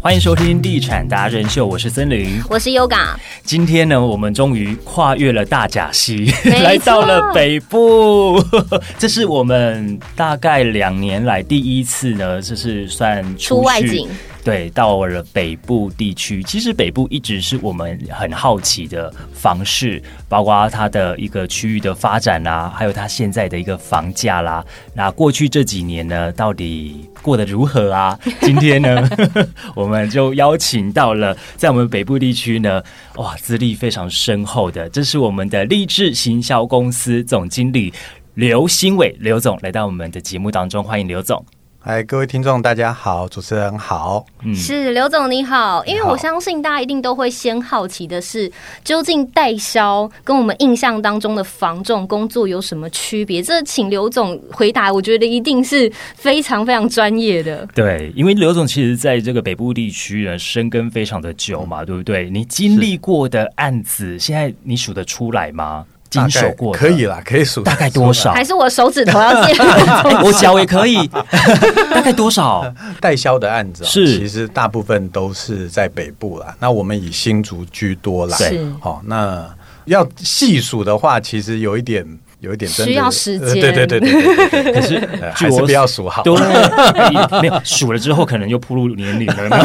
欢迎收听《地产达人秀》，我是森林。我是 Yoga，今天呢，我们终于跨越了大甲溪，没错来到了北部。 这是我们大概两年来第一次呢，这是算出外去景。对，到了北部地区，其实北部一直是我们很好奇的房市，包括它的一个区域的发展啦、还有它现在的一个房价啦。那过去这几年呢，到底过得如何啊？今天呢，我们就邀请到了在我们北部地区呢，哇，资历非常深厚的，这是我们的励志行销公司总经理刘新伟刘总来到我们的节目当中，欢迎刘总。嗨，哎各位听众，大家好，主持人好。嗯是刘总你好，因为你好我相信大家一定都会先好奇的是，究竟代销跟我们印象当中的房仲工作有什么区别？这请刘总回答，我觉得一定是非常非常专业的。对，因为刘总其实在这个北部地区呢，深耕非常的久嗯嘛，对不对？你经历过的案子，现在你数得出来吗？经手过的大概可以，啦，可以数大概多 数少？还是我手指头要借？ 哎我脚也可以，大概多少？来代销的案子、哦，是其实大部分都是在北部啦。那我们以新竹居多啦。是好、那要细数的话，其实有一点，有一点真的需要时间呃对对对对 对对可是呃据还我是不要数好。对，没有数了之后，可能就步入年龄了。有没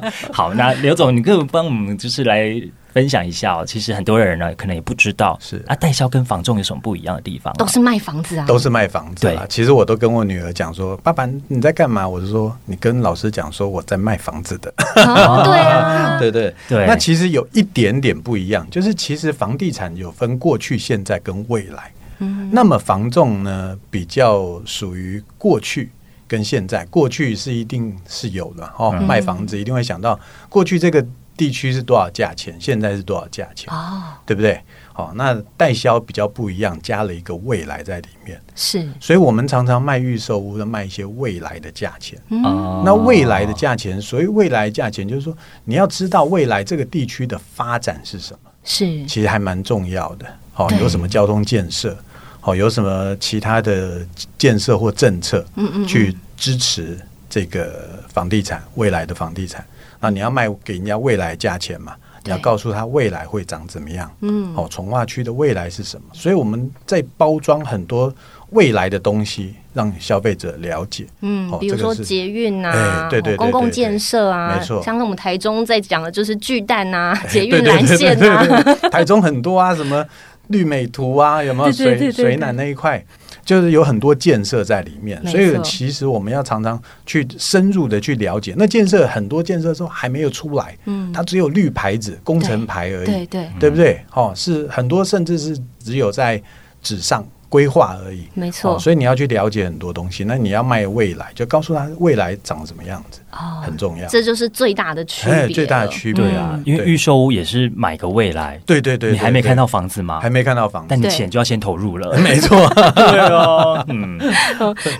有好，那刘总，你可以帮我们就是来分享一下哦。其实很多人呢，可能也不知道，是啊，代销跟房仲有什么不一样的地方啊？都是卖房子啊，都是卖房子啦对。其实我都跟我女儿讲说：“爸爸，你在干嘛？”我就说：“你跟老师讲说我在卖房子的。”啊对啊， 对对对那其实有一点点不一样，就是其实房地产有分过去、现在跟未来。嗯，那么房仲呢，比较属于过去。跟现在，过去是一定是有的哦。卖房子一定会想到过去这个地区是多少价钱，现在是多少价钱，哦，对不对？好、那代销比较不一样，加了一个未来在里面，是所以我们常常卖预售屋，卖一些未来的价钱。哦那未来的价钱，所谓未来价钱，就是说你要知道未来这个地区的发展是什么，是其实还蛮重要的。哦对，有什么交通建设，哦，有什么其他的建设或政策，嗯嗯，去支持这个房地产未来的房地产。那你要卖给人家未来价钱嘛？你要对告诉他未来会长怎么样，嗯，哦，从化区的未来是什么？所以我们在包装很多未来的东西，让消费者了解。嗯哦，比如这个说是捷运啊，哎对对对公共建设啊，对对对没错哎像是我们台中在讲的就是巨蛋啊、捷对运对蓝对线对啊，对对对台中很多啊，什么绿美图 啊，有没有对对水对对对水南那一块？就是有很多建设在里面，没错所以其实我们要常常去深入的去了解。那建设很多建设之后还没有出来，嗯它只有绿牌子、工程牌而已，对对，对不对？哦，是很多甚至是只有在纸上规划而已，没错哦所以你要去了解很多东西。那你要卖未来，就告诉他未来长什么样子，哦很重要。这就是最大的区别啊哎了，最大的区别对啊，因为对预售屋也是买个未来，对对对，你还没对对看到房子吗？还没看到房子但。 你对钱就要先投入 了。没错，对啊哦，嗯，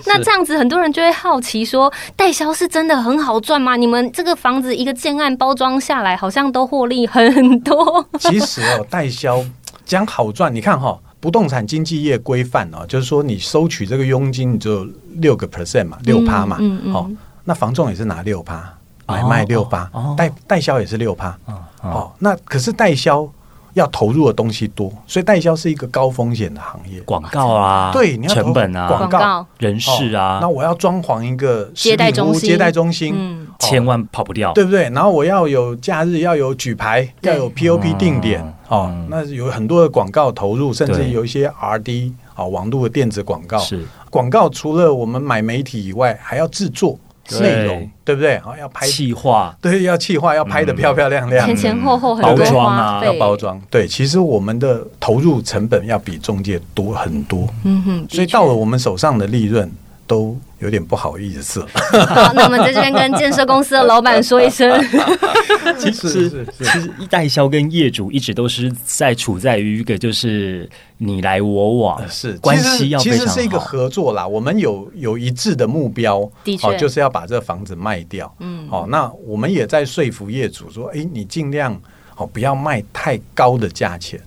那这样子，很多人就会好奇说，代销是真的很好赚吗？你们这个房子一个建案包装下来，好像都获利很多。其实哦，代销讲好赚，你看哈、不动产经纪业规范哦，就是说你收取这个佣金，你就六个 percent 嘛，六趴嘛，嗯嗯哦，那房仲也是拿六趴，买卖六趴、哦代代销也是六趴，哦哦，那可是代销要投入的东西多，所以代销是一个高风险的行业，广告啊，对你要投成本啊，广告人事啊哦那，我要装潢一个接待实体屋中心接待中心，嗯哦千万跑不掉。对不对？然后我要有假日，要有举牌，对要有 POP 定点嗯哦嗯，那有很多的广告投入，甚对至有一些 RD 哦，网络的电子广告。是广告除了我们买媒体以外，还要制作对内容，对不对？哦，要拍，气化，对，要企划，要拍的嗯漂漂亮亮前的。前后后很多包装啊花要费，啊包。装，对，其实我们的投入成本要比中介多很多，嗯哼，所的以确到了我们手上的利润都有点不好意思了。好，那我们在这边跟建设公司的老板说一 声，嗯其是实是其实代销跟业主一直都是在处在于一个就是你来我往，呃是关其实系要其非实常是一个好。合作啦，我们有有一致的目标，的确哦，就是要把这房子卖掉。嗯哦，那我们也在说服业主说，哎，你尽量哦不要卖太高的价钱，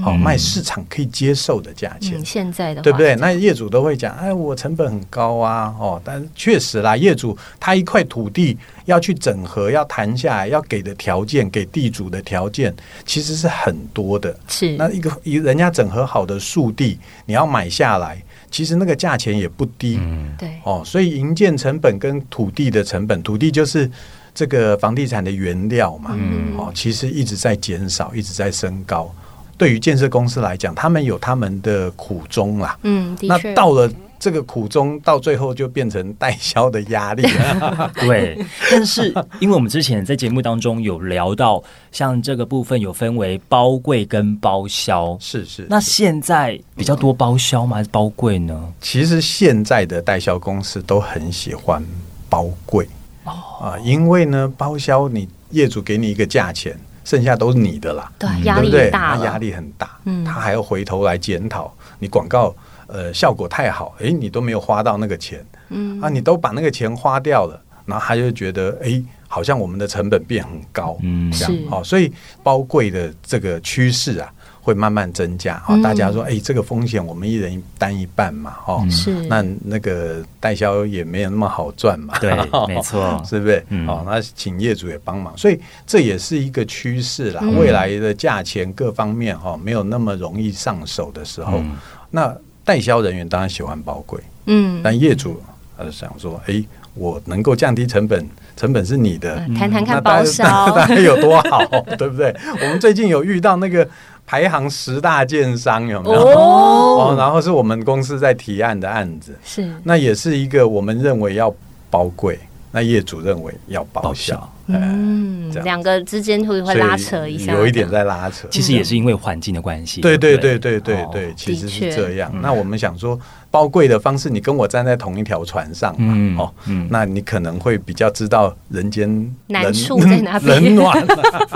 好、哦、卖市场可以接受的价钱嗯，。现在的话对不对？那业主都会讲，哎，我成本很高啊，哦，但确实啦，业主他一块土地要去整合，要谈下来，要给的条件，给地主的条件其实是很多的。是那一个一人家整合好的速地，你要买下来，其实那个价钱也不低、对哦。所以营建成本跟土地的成本，土地就是这个房地产的原料嘛，哦，其实一直在减少，一直在升高。对于建设公司来讲，他们有他们的苦衷啦。嗯，的那确到了这个苦衷，到最后就变成代销的压力了。 对，但是因为我们之前在节目当中有聊到，像这个部分有分为包柜跟包销，是是那现在比较多包销吗？还是包柜呢？其实现在的代销公司都很喜欢包柜哦啊，因为呢，包销你业主给你一个价钱，剩下都是你的啦，对压对力不嗯对？也大他了，压力很大，嗯他还要回头来检讨你广告。呃，效果太好，诶，你都没有花到那个钱，嗯啊，你都把那个钱花掉了，然后他就觉得，诶，好像我们的成本变很高，嗯，这样是好、哦，所以包柜的这个趋势啊，会慢慢增加。好、嗯大家说，哎、这个风险我们一人一担一半嘛，哦，是那那个代销也没有那么好赚嘛， 哦对，嗯没错，是不是？嗯哦，那请业主也帮忙，所以这也是一个趋势啦。嗯未来的价钱各方面哈、哦，没有那么容易上手的时候，嗯那代销人员当然喜欢包柜，嗯，但业主呃想说，哎、我能够降低成本，成本是你的，谈谈 看那大包家销，大家有多好， 对不对？我们最近有遇到那个排行十大建商，有没有？哦，哦，然后是我们公司在提案的案子，是那也是一个我们认为要包柜，那业主认为要包包销销，嗯哎这，样两个之间会会所以拉扯一下，有一点在拉扯。其实也是因为环境的关系。对对不对对对哦对，其实的是确这样。那我们想说，包柜的方式，你跟我站在同一条船上嗯嘛，哦，嗯那你可能会比较知道人间难冷处在哪 边冷暖啊，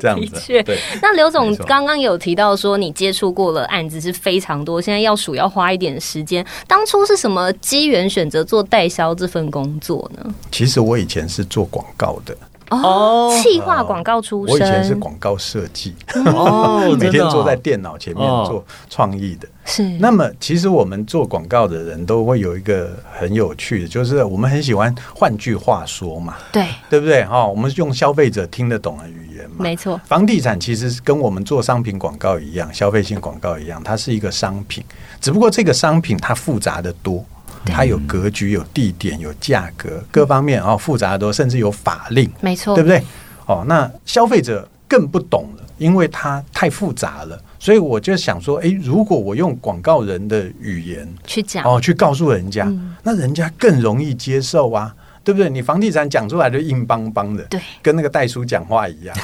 这样的子确对。那刘总没错刚刚有提到说，你接触过了案子是非常多，现在要数要花一点时间。当初是什么机缘选择做代销这份工作呢？其实我以前是做广告的，哦，企划广告出我以前是身，广告设计，哦， 每天真的哦坐在电脑前面哦做创意的。是那么，其实我们做广告的人都会有一个很有趣的，就是我们很喜欢换句话说嘛， 对，对不对？哈、我们用消费者听得懂的语言嘛。没错，房地产其实是跟我们做商品广告一样，消费性广告一样，它是一个商品，只不过这个商品它复杂的多，它有格局、有地点、有价格各方面哦，复杂的多，甚至有法令，没错，对不对？哦，那消费者更不懂了，因为它太复杂了，所以我就想说，诶，如果我用广告人的语言去讲，嗯哦去告诉人家，那人家更容易接受啊。对不对？你房地产讲出来就硬邦邦的， 对，跟那个袋叔讲话一样，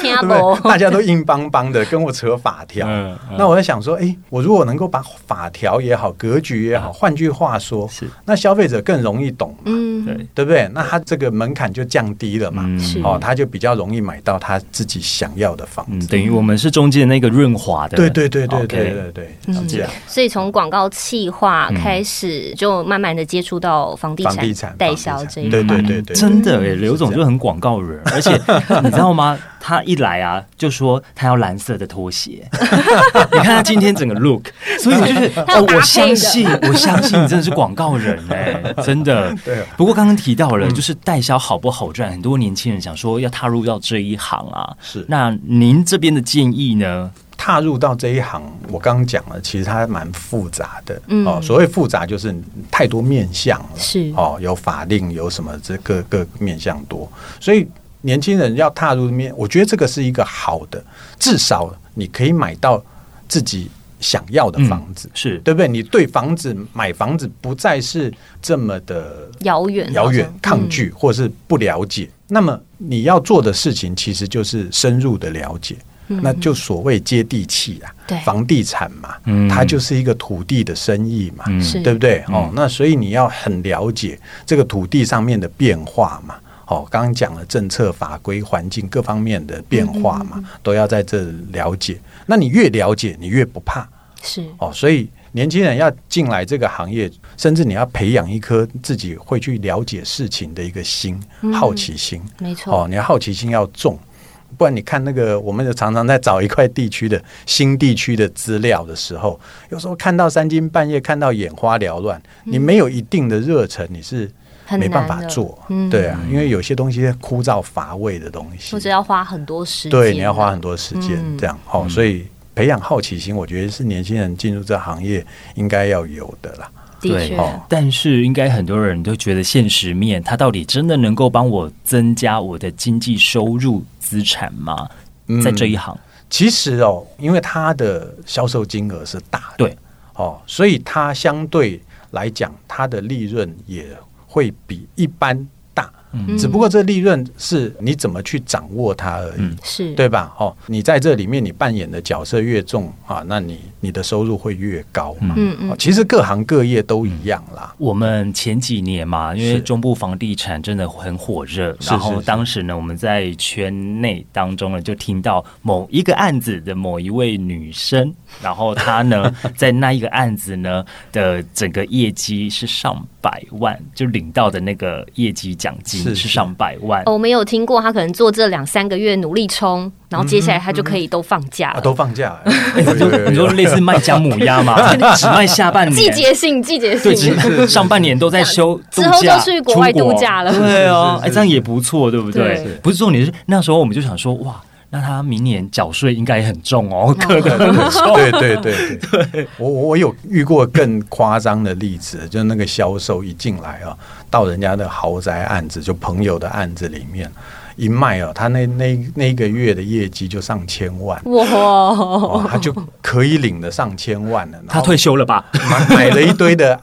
听 对不不对？大家都硬邦邦的，跟我扯法条。嗯嗯那我在想说，诶，我如果能够把法条也好，格局也好，换句话说，嗯是那消费者更容易懂，嗯，对，对不对？那他这个门槛就降低了嘛。嗯是哦，他就比较容易买到他自己想要的房嗯，子。等于我们是中间那个润滑的，对对对对 OK 对对对，嗯是这样。所以从广告企划开始，就慢慢的接触到房地嗯房地产产代销这一对对块。对对，真的诶，是刘总这就样很广告人，而且 你知道吗？他一来啊，就说他要蓝色的拖鞋。 你看他今天整个 look，所以我就觉得，他有哦，搭配的我相信，我相信你真的是广告人 哎、真的。对啊嗯不过刚刚提到了，就是代销好不好赚，很多年轻人想说要踏入到这一行啊。是那您这边的建议呢？踏入到这一行，我刚刚讲了，其实它蛮复杂的。嗯哦，所谓复杂就是太多面向了。是哦，有法令，有什么这各各面向多，所以年轻人要踏入面，我觉得这个是一个好的，至少你可以买到自己想要嗯的房子。是对不对？你对房子买房子不再是这么的遥远，遥好嗯远像、抗，拒或是不了解，那么你要做的事情其实就是深入的了解。那就所谓接地气啊嗯对，房地产嘛，嗯它就是一个土地的生意嘛，嗯是对不对？哦，那所以你要很了解这个土地上面的变化嘛。哦，刚刚讲了政策、法规、环境各方面的变化嘛，都要在这了解。那你越了解，你越不怕。嗯是哦，所以年轻人要进来这个行业，甚至你要培养一颗自己会哦去了解事情的一个心，好奇心。没错，哦，你要好奇心要重。不然你看那个，我们就常常在找一块地区的新地区的资料的时候，有时候看到三更半夜，看到眼花缭乱，你没有一定的热忱，你是嗯很没办法难的做嗯。对啊，因为有些东西是枯燥乏味的东西或，者要花很多时间，对，你要花很多时间嗯这样。哦，所以培养好奇心，我觉得是年轻人进入这行业应该要有的啦。的确，哦但是应该很多人都觉得现实面，它到底真的能够帮我增加我的经济收入资产吗？嗯在这一行，其实哦，因为它的销售金额是大的，对，哦，所以它相对来讲，它的利润也会比一般大，嗯只不过这利润是你怎么去掌握它而已。嗯是对吧？哦，你在这里面你扮演的角色越重啊，那你你的收入会越高嘛。嗯嗯哦其实各行各业都一样啦。我们前几年嘛，因为是中部房地产真的很火热，是然后是是当时呢，我们在圈内当中呢，就听到某一个案子的某一位女生，然后她呢， 在那一个案子呢的整个业绩是上百万，就领到的那个业绩奖金是是是上百万。哦，我们有听过他可能做这两三个月努力冲，然后接下来他就可以都放假啊，了。都放假了， 你就你说类似卖姜母鸭 嘛，只卖下半年，季节性，季节对，只性，上半年都在休度之后假，就去国外出度假了对哦，是是是哎，这样也不错，对不对对？不是重点是那时候我们就想说，哇，那他明年缴税应该也很重哦，嗯可 能对对对 对对，我我我有遇过更夸张的例子，就是那个销售一进来啊，到人家的豪宅案子，就朋友的案子里面一卖啊，他那那那一个月的业绩就上千万。哇，哦，他就可以领了上千万了。然后他退休了吧？买买了一堆的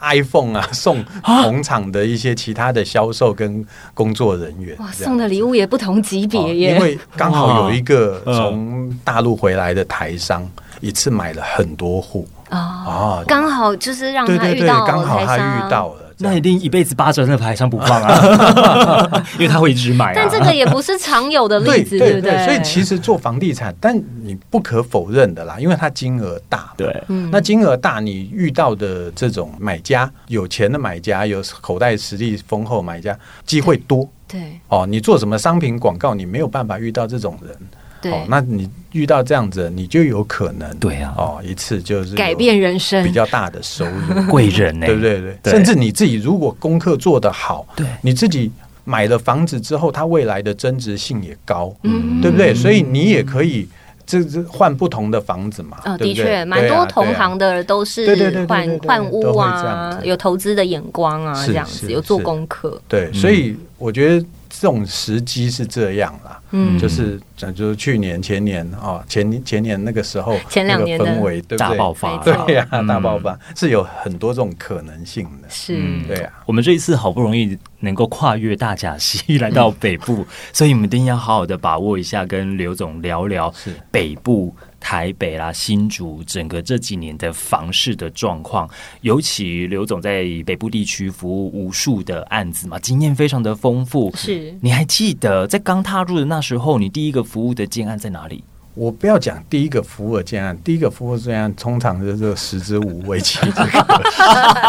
iPhone 啊，送同厂的一些其他的销售跟工作人员。哇，这样送的礼物也不同级别哦因耶，为刚好有一个哇嗯从大陆回来的台商，一次买了很多户啊，啊，刚好就是让对他对遇对，到刚好台他商遇。到了，这那样一定一辈子扒着那排上不放啊， 因为他会一直买啊。但这个也不是常有的例对子，对不所以其实做房地产，但你不可否认的啦，因为它金额大。对，嗯那金额大，你遇到的这种买家，有钱的买家，有口袋实力丰厚买家，机会多对哦。你做什么商品广告，你没有办法遇到这种人。哦对，，那你遇到这样子，你就有可能对啊哦，一次就是有改变人生比较大的收入，贵人呢，对不？对？对，对甚至你自己如果功课做得好，对你自己买了房子之后，它未来的增值性也高，嗯对不对？所以你也可以这这换不同的房子嘛，呃，对的不对啊确，蛮多同。行的都对对对是对换对对换都屋会这样啊，子有投资的眼光啊，是这样是子有做是功课，对啊对啊对，所以我觉得这种时机是这样啦。嗯嗯，就是就是去年前年啊，前前年那个时候，前两年的那个氛围对不对大爆发，没错对呀、啊嗯大爆发、是有很多这种可能性的。是。嗯对啊，我们这一次好不容易能够跨越大甲溪来嗯到北部，所以我们一定要好好的把握一下，跟刘总聊聊是北部。台北啦、新竹整个这几年的房市的状况，尤其刘总在北部地区服务无数的案子嘛，经验非常的丰富。是你还记得在刚踏入的那时候，你第一个服务的建案在哪 里？我不要讲第一个服务的建案，第一个服务的建案通常就是食之无味，弃 之可惜。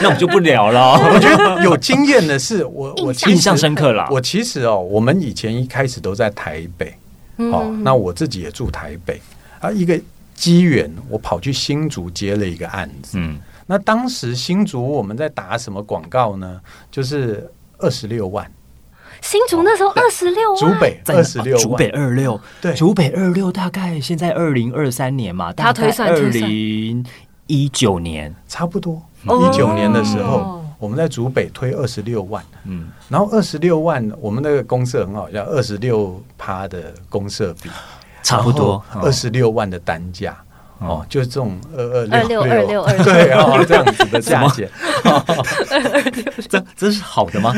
那我们就不聊了哦，我觉得有经验的是，我我其实印象深刻啦。我其实哦，我们以前一开始都在台北，嗯哦，那我自己也住台北啊。一个机缘，我跑去新竹接了一个案子。嗯，那当时新竹我们在打什么广告呢？就是二十六万，新竹那时候二十六万，哦竹北在啊二十六哦竹万，北二六，对竹北二六大概现在二零二三年嘛，他大推概算二推算零一九年，差不多。哦一九年的时候哦，我们在竹北推二十六万，嗯，然后二十六万，我们那个公社很好笑，二十六趴的公社比，差不多哦哦二十六万的单价。哦，就是这种二二226 226对哦，这样子的价钱。 嗯哦这这是好的吗？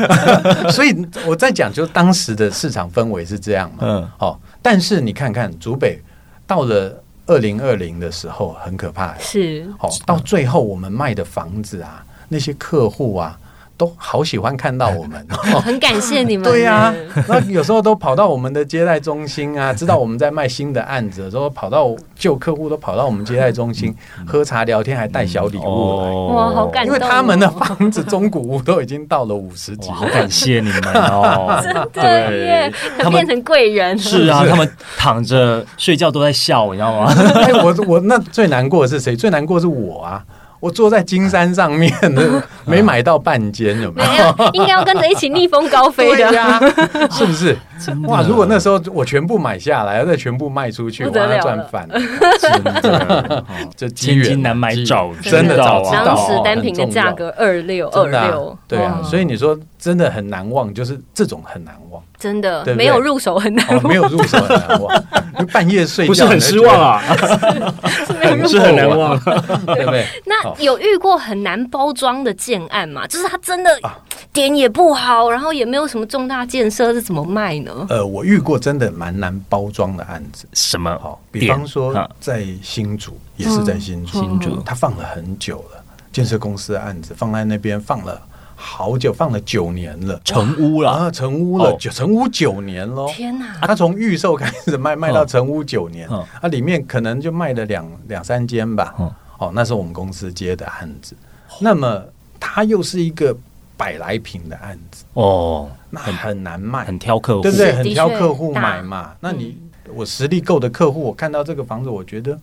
所以我在讲，就是当时的市场氛围是这样嘛。嗯嗯，哦，但是你看看竹北到了二零二零的时候，很可怕。是哦，到最后我们卖的房子啊，那些客户啊，都好喜欢看到我 们。很感谢你们。哦对啊呀、那有时候都跑到我们的接待中心 啊，知道我们在卖新的案子，有时候跑到旧客户都跑到我们接待 中心嗯喝茶聊天，还带小啊礼物哦来。哦哇好感，因为他们的房子中古屋都已经到了五十几哇，了，好感谢你们哦 对耶，他变们。成贵人。是啊，他们躺着睡觉都在笑，你知道吗？哎，我我那最难过的是谁？最难过是我啊！我坐在金山上面 的，没买到半间，有没没有？有，应该要跟着一起逆风高飞对的。呀、 是不是？真的哇！如果那时候我全部买下来，再全部卖出去，不我得了那了赚翻 了，哦真的，这 机千缘啊金难买机缘早知道啊真的早知哇道，当时哦单品的价。格二六嗯很二重要真的啊六，对啊，嗯哇所以你说真的很难忘，就是这种很难忘，真的对不对没有入手很难 哦，没有入手很难忘，就半夜睡觉不是很失望，啊， 没有入是手。很难忘。你啊就觉得对不对？那有遇过很难包装的建案吗？就是它真的啊点也不好，然后也没有什么重大建设，是怎么卖呢？呃，我遇过真的蛮难包装的案子，什么？哦好，比方点说啊在新竹，也是在新竹，新竹他放了很久了，建设公司的案子放在那边放了好久，放了九年了，成屋然啦，后成屋了哦九，成屋九年喽。天哪！他啊从预售开始卖，卖到成屋九年嗯，啊，里面可能就卖了两两三间吧嗯。哦，那是我们公司接的案子，那么它又是一个百来平的案子，哦，那很难卖，很挑客户，对不对？是很的挑确客户大嗯买嘛。那你、我实力够的客户，我看到这个房子，我觉得嘖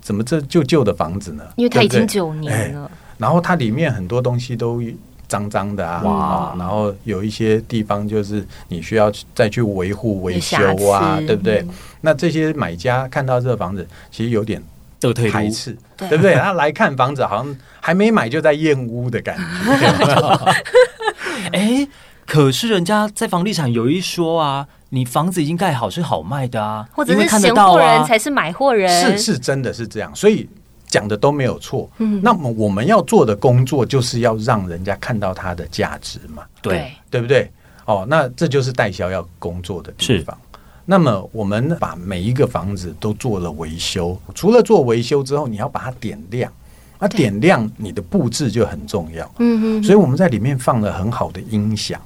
怎么这旧旧的房子呢？因为它已经对不对哎九年了，然后它里面很多东西都脏脏的啊，哇哦然后有一些地方就是你需要去再去维护维有修瑕啊，疵嗯对不对？那这些买家看到这个房子，其实有点得退路排斥，对对不对？他来看房子，好像还没买就在验屋的感觉。哎，可是人家在房地产有一说啊，你房子已经盖好是好卖的啊，或者因为是看得闲到货人啊。才是买货人，是是真的是这样，所以讲的都没有错。嗯那么我们要做的工作就是要让人家看到它的价值嘛，对，对不对？哦，那这就是代销要工作的地方。那么我们把每一个房子都做了维修，除了做维修之后，你要把它点亮。那对点亮你的布置就很重要，嗯嗯所以我们在里面放了很好的音响。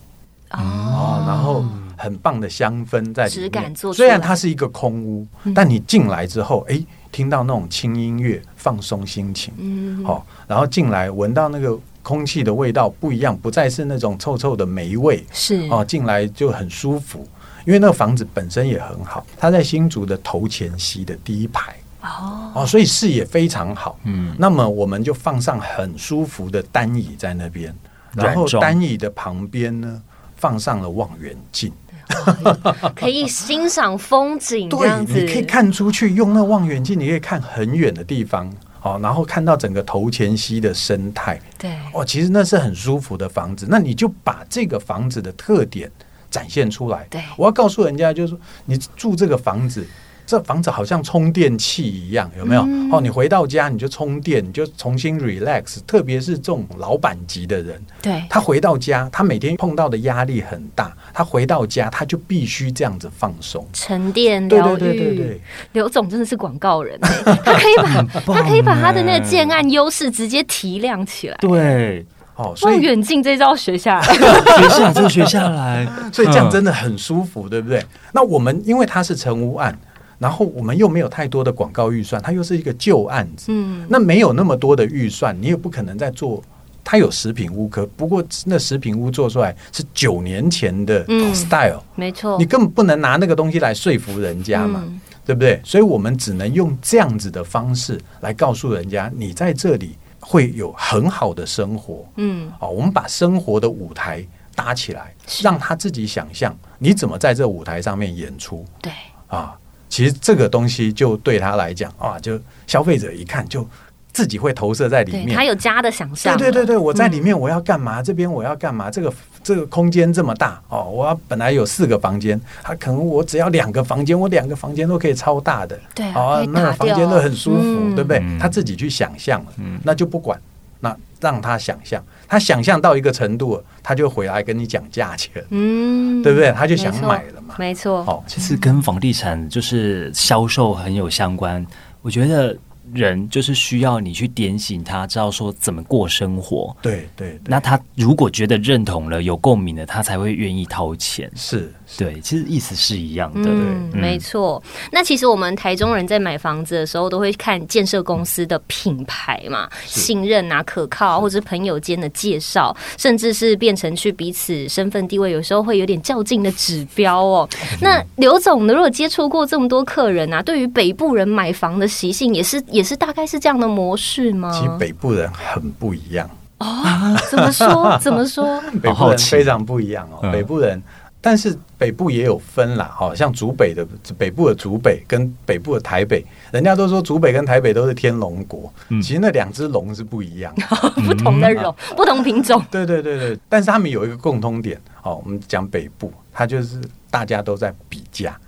啊，哦，然后很棒的香氛在里面质感做出来嗯虽然它是一个空屋，但你进来之后，哎，听到那种轻音乐，放松心情。嗯，哦，然后进来闻到那个空气的味道不一样，不再是那种臭臭的霉味。是哦，进来就很舒服，因为那个房子本身也很好，它在新竹的头前溪的第一排。哦，哦，所以视野非常好。嗯，那么我们就放上很舒服的单椅在那边，然后软装单椅的旁边呢放上了望远镜，哦可以欣赏风景这对，样子，你可以看出去，用那望远镜你可以看很远的地方，哦，然后看到整个头前溪的生态，对，哦，其实那是很舒服的房子。那你就把这个房子的特点展现出来。对我要告诉人家，就是说你住这个房子，这房子好像充电器一样，有没有？嗯哦，你回到家你就充电，你就重新 relax。特别是这种老板级的人，对，他回到家，他每天碰到的压力很大，他回到家他就必须这样子放松。沉淀对疗对愈，对对对，刘总真的是广告 人欸、他可以把他可以把他的那个建案优势直接提亮起来。对，哦，所望以远镜这招学下 来，学下来真的学下来，所以这样嗯真的很舒服，对不对？那我们因为它是成屋案，然后我们又没有太多的广告预算，它又是一个旧案子，嗯，那没有那么多的预算，你也不可能再做。它有食品屋，可不过那食品屋做出来是九年前的嗯 style，、没错你，根本不能拿那个东西来说服人家嘛，嗯对不对？所以我们只能用这样子的方式来告诉人家，你在这里会有很好的生活。嗯，哦，我们把生活的舞台搭起来，让他自己想象你怎么在这舞台上面演出对，啊。其实这个东西就对他来讲啊，就消费者一看就自己会投射在里对面他。有家的想象对了，对对对，我在里嗯面我要干嘛？这边我要干嘛？这个这个空间这么大哦，我要本来有四个房间，他、可能我只要两个房间，我两个房间都可以超大的。对啊好可啊以，打那个房间掉都很舒服，嗯对不对嗯？他自己去想象了，那就不管，那让他想象，他想象到一个程度了，他就回来跟你讲价钱，嗯，对不对？他就想没错买了嘛。哦没错，好，其实跟房地产就是销售很有相关。我觉得人就是需要你去点醒他，知道说怎么过生活。对对对，那他如果觉得认同了、有共鸣了，他才会愿意掏钱。是对，其实意思是一样的。嗯，嗯没错。那其实我们台中人在买房子的时候，都会看建设公司的品牌嘛，信任啊、可靠啊，或者是朋友间的介绍，甚至是变成去彼此身份地位，有时候会有点较劲的指标 哦。那刘总呢，如果接触过这么多客人啊，对于北部人买房的习性，也是也是大概是这样的模式吗？其实北部人很不一样，哦怎么 说？怎么说？北部哦好人奇非常不一样哦。嗯北部人，但是北部也有分啦，好、像竹北的北部的竹北跟北部的台北，人家都说竹北跟台北都是天龙国，嗯其实那两只龙是不 一样的。不同的嗯种，不同品种。对对对对，但是他们有一个共通点，哦，我们讲北部，它就是大家都在比价，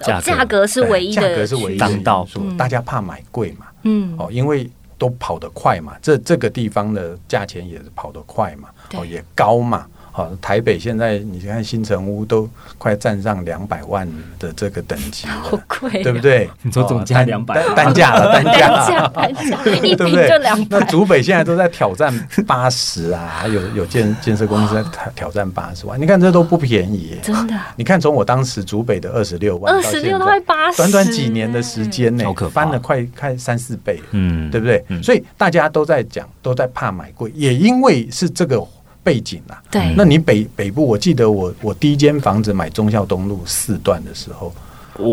价格价格是对唯一价的格是唯一的当道因素嗯大家怕买贵嘛，嗯，哦，因为都跑得快嘛，这这个地方的价钱也是跑得快嘛，哦，对也高嘛。好、台北现在你看新城屋都快站上两百万的这个等 级好了，贵、啊，对不？对？ 你说总价哦单200单单价了，单单价了，价单价，一 瓶对不对就两？那百。竹北现在都在挑战八十啊，有有建建设公司在挑挑战八十万，你看这都不便宜耶。真的你看，从我当时竹北的二十六万， 26到快80短短几年的时间内好可，怕翻了快快三四倍，嗯对不对？嗯所以大家都在讲，都在怕买贵，也因为是这个背景啊。对那你北北部，我记得我我第一间房子买忠孝东路四段的时候，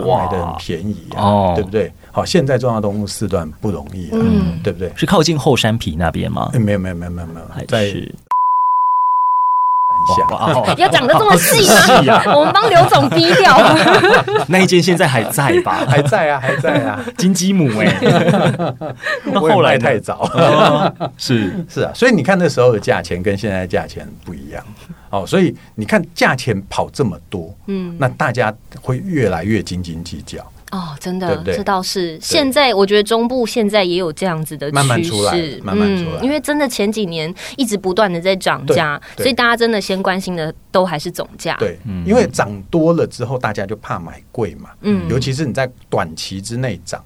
哇买的很便宜啊，哦对不对？好，现在忠孝东路四段不容易啊，嗯对不对？是靠近后山皮那边吗哎，？没有没有没有没有没有还，在是南下，哇哦要讲的这么细好细啊 我们帮刘总逼掉。 那一间现在还在吧？还在啊还在啊，金鸡母 哎、 那我也后来卖呢太早，哦是是啊，所以你看那时候的价钱跟现在的价钱不一样，哦，所以你看价钱跑这么多，嗯，那大家会越来越斤斤计较，哦，真的，对不对这倒是。现在我觉得中部现在也有这样子的趋势，嗯慢慢出来慢慢出来因为真的前几年一直不断的在涨价，对对所以大家真的先关心的都还是总价。，对，因为涨多了之后，大家就怕买贵嘛，嗯尤其是你在短期之内涨，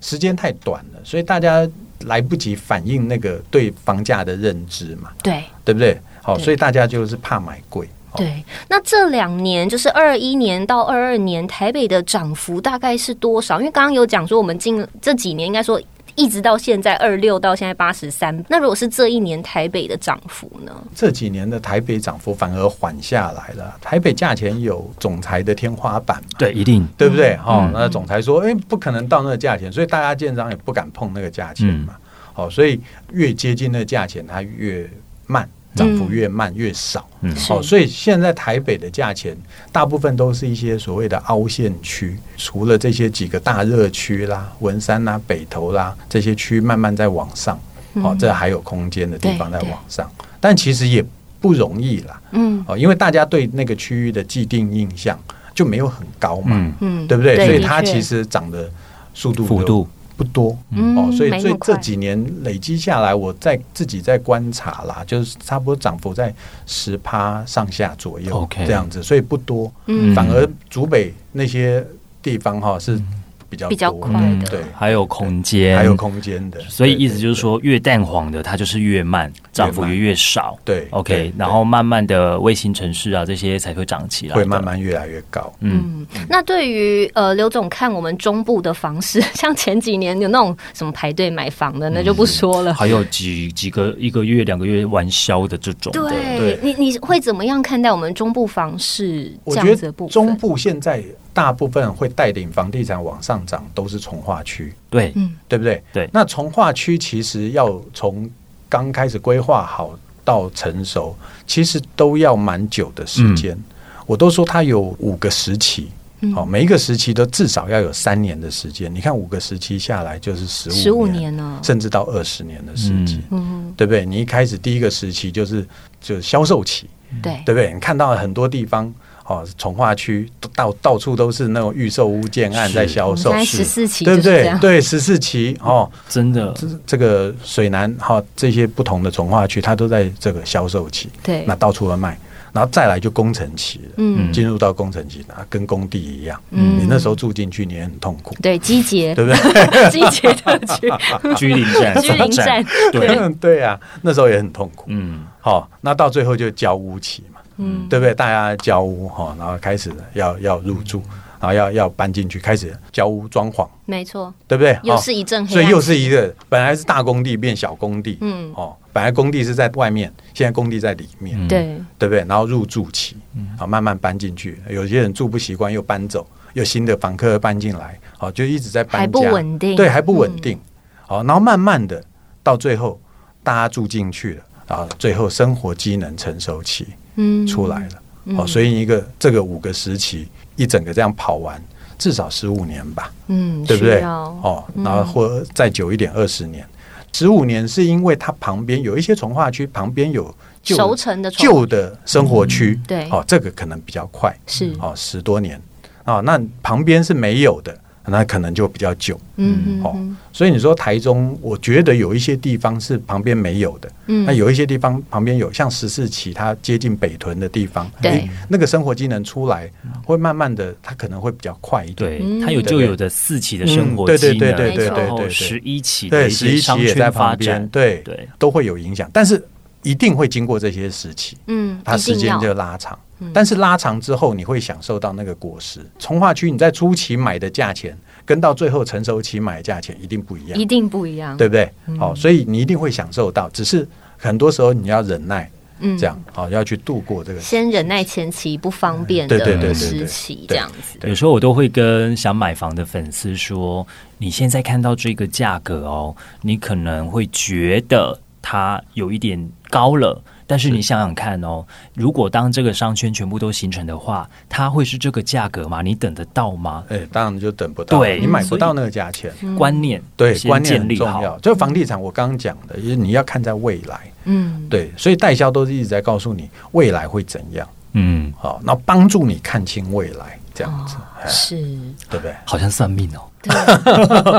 时间太短了，所以大家来不及反映那个对房价的认知嘛，对。对不对？好、对所以大家就是怕买贵，哦对，那这两年就是二一年到二二年，台北的涨幅大概是多少？因为刚刚有讲说，我们近这几年应该说一直到现在二六到现在八十三，那如果是这一年台北的涨幅呢？这几年的台北涨幅反而缓下来了，台北价钱有总裁的天花板嘛，对，一定对不对？哈、嗯那总裁说，哎，不可能到那个价钱，所以大家建商也不敢碰那个价钱嗯嘛。好、所以越接近那个价钱，它越慢，涨幅越慢越少。嗯好、所以现在台北的价钱大部分都是一些所谓的凹陷区，除了这些几个大热区啦、文山啦、北投啦这些区慢慢在往上，好、嗯这还有空间的地方在对对往上，但其实也不容易啦。嗯哦，因为大家对那个区域的既定印象就没有很高嘛，嗯嗯对不对？对所以的它确其实涨的速度幅度不多。嗯哦，所以没那所以么快这几年累积下来，我在自己在观察啦，就是差不多涨幅在十趴上下左右 OK 这样子，所以不多。嗯反而竹北那些地方哈、是嗯比较比较多快的嗯对，还有空间，还有空间的。嗯所以对意思就是，说，越淡黄的它就是越慢，涨幅也越少。对对，OK，然后慢慢的卫星城市啊这些才会长起来的，对会慢慢越来越高。嗯，那对于呃刘总看我们中部的房市， 像前几年有那种什么排队买房的，那就不说了。嗯还有几几个一个月、两个月完销的这种的，对对你你会怎么样看待我们中部房市我这觉样子得的部分？中部现在大部分会带领房地产往上涨，都是从化区，对，嗯对不对？对那从化区其实要从刚开始规划好到成熟，其实都要蛮久的时间。我都说它有五个时期。嗯好、每一个时期都至少要有三年的时间。你看五个时期下来就是十五十五年呢？甚至到二十年的时期，嗯，对不对？你一开始第一个时期就是就是销售期，对，对不对？你看到很多地方哦，从化区到到处都是那种预售屋建案在销售现，在十四期对就不是这对样？，对，十四期哦，真 的这这个水南哈、哦这些不同的从化区，它都在这个销售期，对那到处的卖，然后再来就工程期了。嗯进入到工程期，那跟工地一样，嗯你那时候住进去，你也很痛苦，对，基捷，对不 对？基捷特 区，居林站，居林 站，对，对啊，那时候也很痛苦。嗯，好、那到最后就交屋期嘛，嗯，对不对？大家交屋哈、然后开始要要入住，然后要要搬进去，开始交屋装潢，没错，对不对？又哦是一阵黑所以暗，又是一个本来是大工地变小工地，嗯哦，本来工地是在外面，现在工地在里面，嗯对，对不对？然后入住期，嗯啊、慢慢搬进去，有些人住不习惯又搬走，有新的房客搬进来，哦，就一直在搬家，还不稳定嗯对，还不稳定，好、然后慢慢的到最后大家住进去了，然后最后生活机能成熟期嗯，出来了，哦，所以一个这个五个时期一整个这样跑完，至少十五年吧，嗯，对不对？需要嗯哦，然后或再久一点，二十年。十五年是因为它旁边有一些从化区，旁边有旧熟成的床旧的生活区，对哦，这个可能比较快，是，哦，十多年，哦，那旁边是没有的，那可能就比较久，嗯哦嗯，所以你说台中，我觉得有一些地方是旁边没有的，嗯那有一些地方旁边有，像十四期它接近北屯的地方，对诶那个生活机能出来会慢慢的，它可能会比较快一点，对嗯，它有旧有的四期的生活嗯对机对能，对对对对然后对对十一期的对，一十些一商期也圈在发旁展边，，对对，都会有影响，但是一定会经过这些时期，嗯，它一时定间要嗯就拉长。但是拉长之后，你会享受到那个果实。从化区你在初期买的价钱，跟到最后成熟期买的价钱一定不一样一，定嗯不一样，对不对？好、所以你一定会享受到，只是很多时候你要忍耐，嗯这样好、要去度过这个。先忍耐前期不方便对对对的对对时期，这对样子。有时候我都会跟想买房的粉丝说，你现在看到这个价格哦，你可能会觉得它有一点高了。但是你想想看哦，如果当这个商圈全部都形成的话，它会是这个价格吗？你等得到吗？哎，当然就等不到，对你买不所以到那个价钱。观念对，先观念建很立重好，要。就房地产，我刚刚讲的，就是你要看在未来。嗯，对，所以代销都是一直在告诉你未来会怎样，嗯，好、然后帮助你看清未来，这样哦子，哎是 对不对？好像算命哦。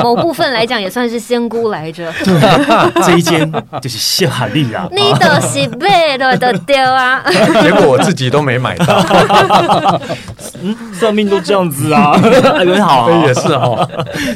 某部分来讲也算是仙姑来 着，这一间就是谢哈利啊，你的是背了的丢啊，结果我自己都没买 到，算命都这样子啊， 很好所以啊也，是哦。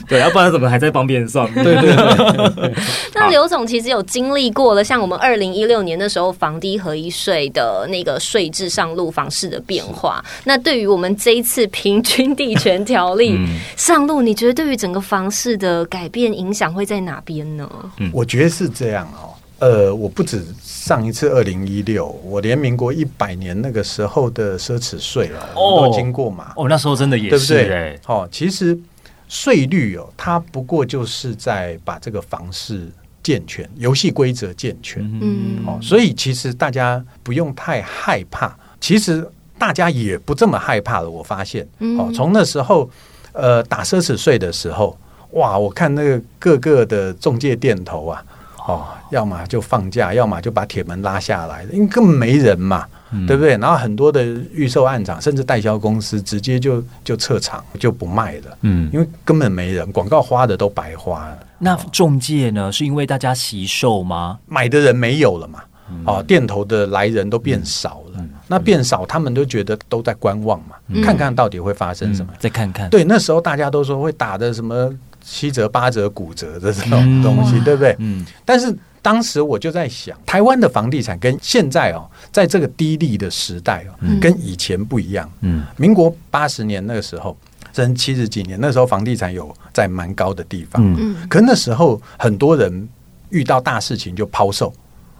对，要不然怎么还在帮别人算命？ 对对对，嗯那刘总其实有经历过了，像我们二零一六年的时候，房地合一税的那个税制上路房市的变化。那对于我们这一次平均地权条例、嗯上路，你觉得对于整个房市的改变影响会在哪边呢？嗯我觉得是这样哦。呃，我不止上一次二零一六，我连民国一百年那个时候的奢侈税啊，我们都经过嘛， 哦，那时候真的也对不是对哎？，哦，其实税率哦，它不过就是在把这个房市健全，游戏规则健全。嗯，哦，所以其实大家不用太害怕，其实大家也不这么害怕了。我发现，哦，从那时候，呃，打奢侈税的时候，哇，我看那个各个的中介店头啊，哦，要么就放假，要么就把铁门拉下来，因为根本没人嘛，对不对？然后很多的预售案场，甚至代销公司直接就就撤场，就不卖了，嗯，因为根本没人，广告花的都白花了。那中介呢？是因为大家惜售吗？买的人没有了嘛，哦，店头的来人都变少了，那变少，他们都觉得都在观望嘛，看看到底会发生什么。再看看，嗯对，那时候大家都说会打的什么七折、八折、骨折的这种嗯东西，对不对？嗯但是当时我就在想，台湾的房地产跟现在哦，在这个低利的时代哦，跟以前不一样。嗯民国八十年那个时候，甚至七十几年那时候，房地产有在蛮高的地方。嗯可那时候很多人遇到大事情就抛售，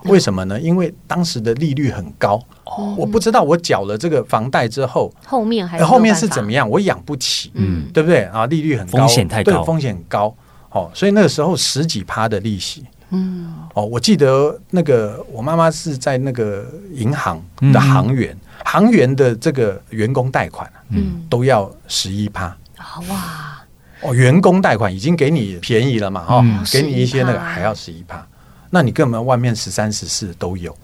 为什么呢？因为当时的利率很高，我不知道我缴了这个房贷之后，后面还哎是、后面是怎么？样，我养不起，嗯对不对啊？利率很高，风险太高对风险很高，哦，所以那个时候十几趴的利息，嗯，哦，我记得那个我妈妈是在那个银行的行员，行员的这个员工贷款、啊，嗯都要十一趴，啊哇，哦，员工贷款已经给你便宜了嘛，哈、嗯给你一些那11%个还要十一趴，那你根本外面十三十四都有。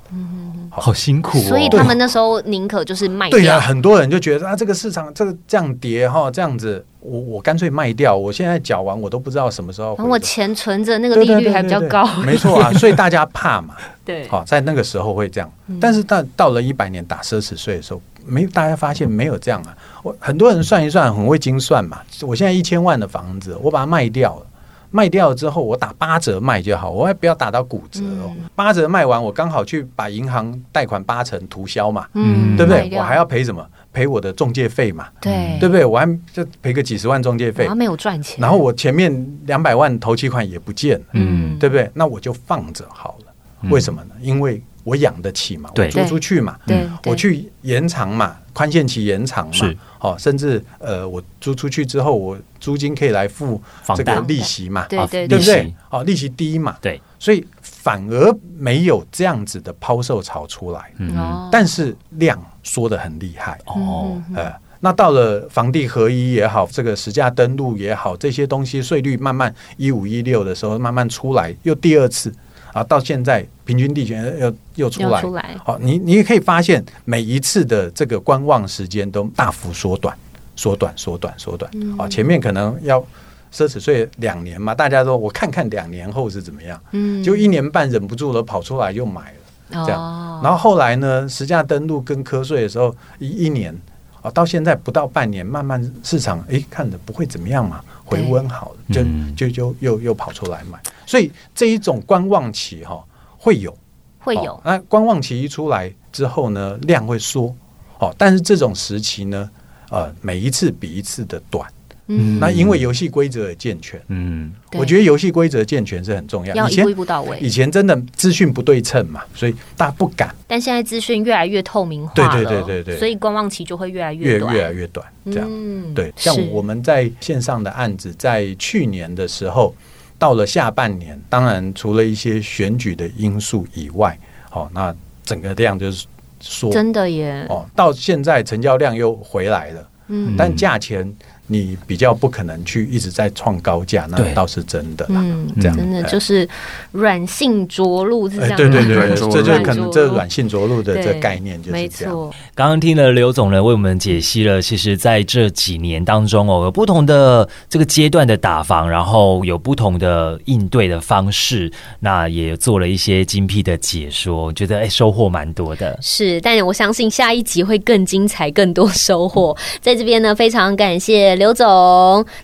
好辛苦哦。所以他们那时候宁可就是卖对呀、掉，很多人就觉得啊，这个市场这个这样跌哈，这样子，我我干脆卖掉，我现在缴完我都不知道什么时候然回本。后我钱存着，那个对利对率对还比较对对高。没错啊，所以大家怕嘛， 对，嗯好、在那个时候会这样。但是到到了一百年打奢侈税的时候，没大家发现没有这样啊。我很多人算一算，很会精算嘛。我现在一千万的房子，我把它卖掉了。卖掉了之后，我打八折卖就好，我也不要打到骨折哦。嗯八折卖完，我刚好去把银行贷款八成涂销嘛，嗯对不卖对？掉我还要赔什么？赔我的中介费嘛，对对不对？我还就赔个几十万中介费然后，没有赚钱，然后我前面两百万头期款也不见了。嗯对不对？那我就放着好了。为什么呢？因为我养得起嘛，我对租出去嘛，对我对去延长嘛，宽限期延长嘛嗯是，哦，甚至呃，我租出去之后，我租金可以来付房这贷个利息嘛，对啊对对利不息对？哦，利息低嘛，对，所以反而没有这样子的抛售潮出来，嗯哦嗯但是量缩得很厉害，哦，呃，那到了房地合一也好，这个实价登录也好，这些东西税率慢慢一五一六的时候慢慢出来，又第二次啊，到现在平均地权又又出又来，出来好、你你也可以发现每一次的这个观望时间都大幅缩短，缩短，缩短，缩短，嗯啊、前面可能要。奢侈税两年嘛，大家都我看看两年后是怎么样，嗯就一年半忍不住了跑出来又买了，这样。哦然后后来呢，实价登录跟科税的时候，一一年啊，到现在不到半年，慢慢市场诶看着不会怎么样嘛，回温好了，就嗯就就又又跑出来买，所以这一种观望期哈、会有会哦有，那观望期一出来之后呢，量会缩哦，但是这种时期呢，呃，每一次比一次的短，嗯，那因为游戏规则的健全。嗯，对我觉得游戏规则健全是很重要。要以一前步一步到位以前真的资讯不对称嘛，所以大家不敢但现在资讯越来越透明化对了，对对对对所以观望期就会越来越短，越来越短，这样、嗯对。像是我们在线上的案子，在去年的时候，到了下半年，当然除了一些选举的因素以外，好、那整个量就是缩真的耶，哦，到现在成交量又回来了，嗯但价钱你比较不可能去一直在创高价，对那倒是真的啦。嗯，这样真的哎就是软性着陆是这哎，样吗，对对对软 对，着陆这就是可能软这着陆软性着陆的这对概念就是没这样。错，刚刚听了刘总呢为我们解析了，其实在这几年当中哦，有不同的这个阶段的打房，然后有不同的应对的方式，那也做了一些精辟的解说，我觉得哎收获蛮多的。是，但我相信下一集会更精彩，更多收获。 在这边呢，非常感谢刘总。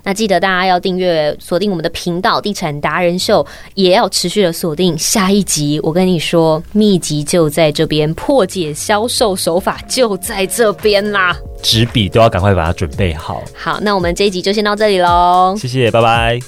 那记得大家要订阅、锁定我们的频道《地产达人秀》，也要持续的锁定下一集。我跟你说，秘籍就在这边，破解销售手法就在这边啦。纸笔都要赶快把它准备好。好，那我们这一集就先到这里喽。谢谢，拜拜。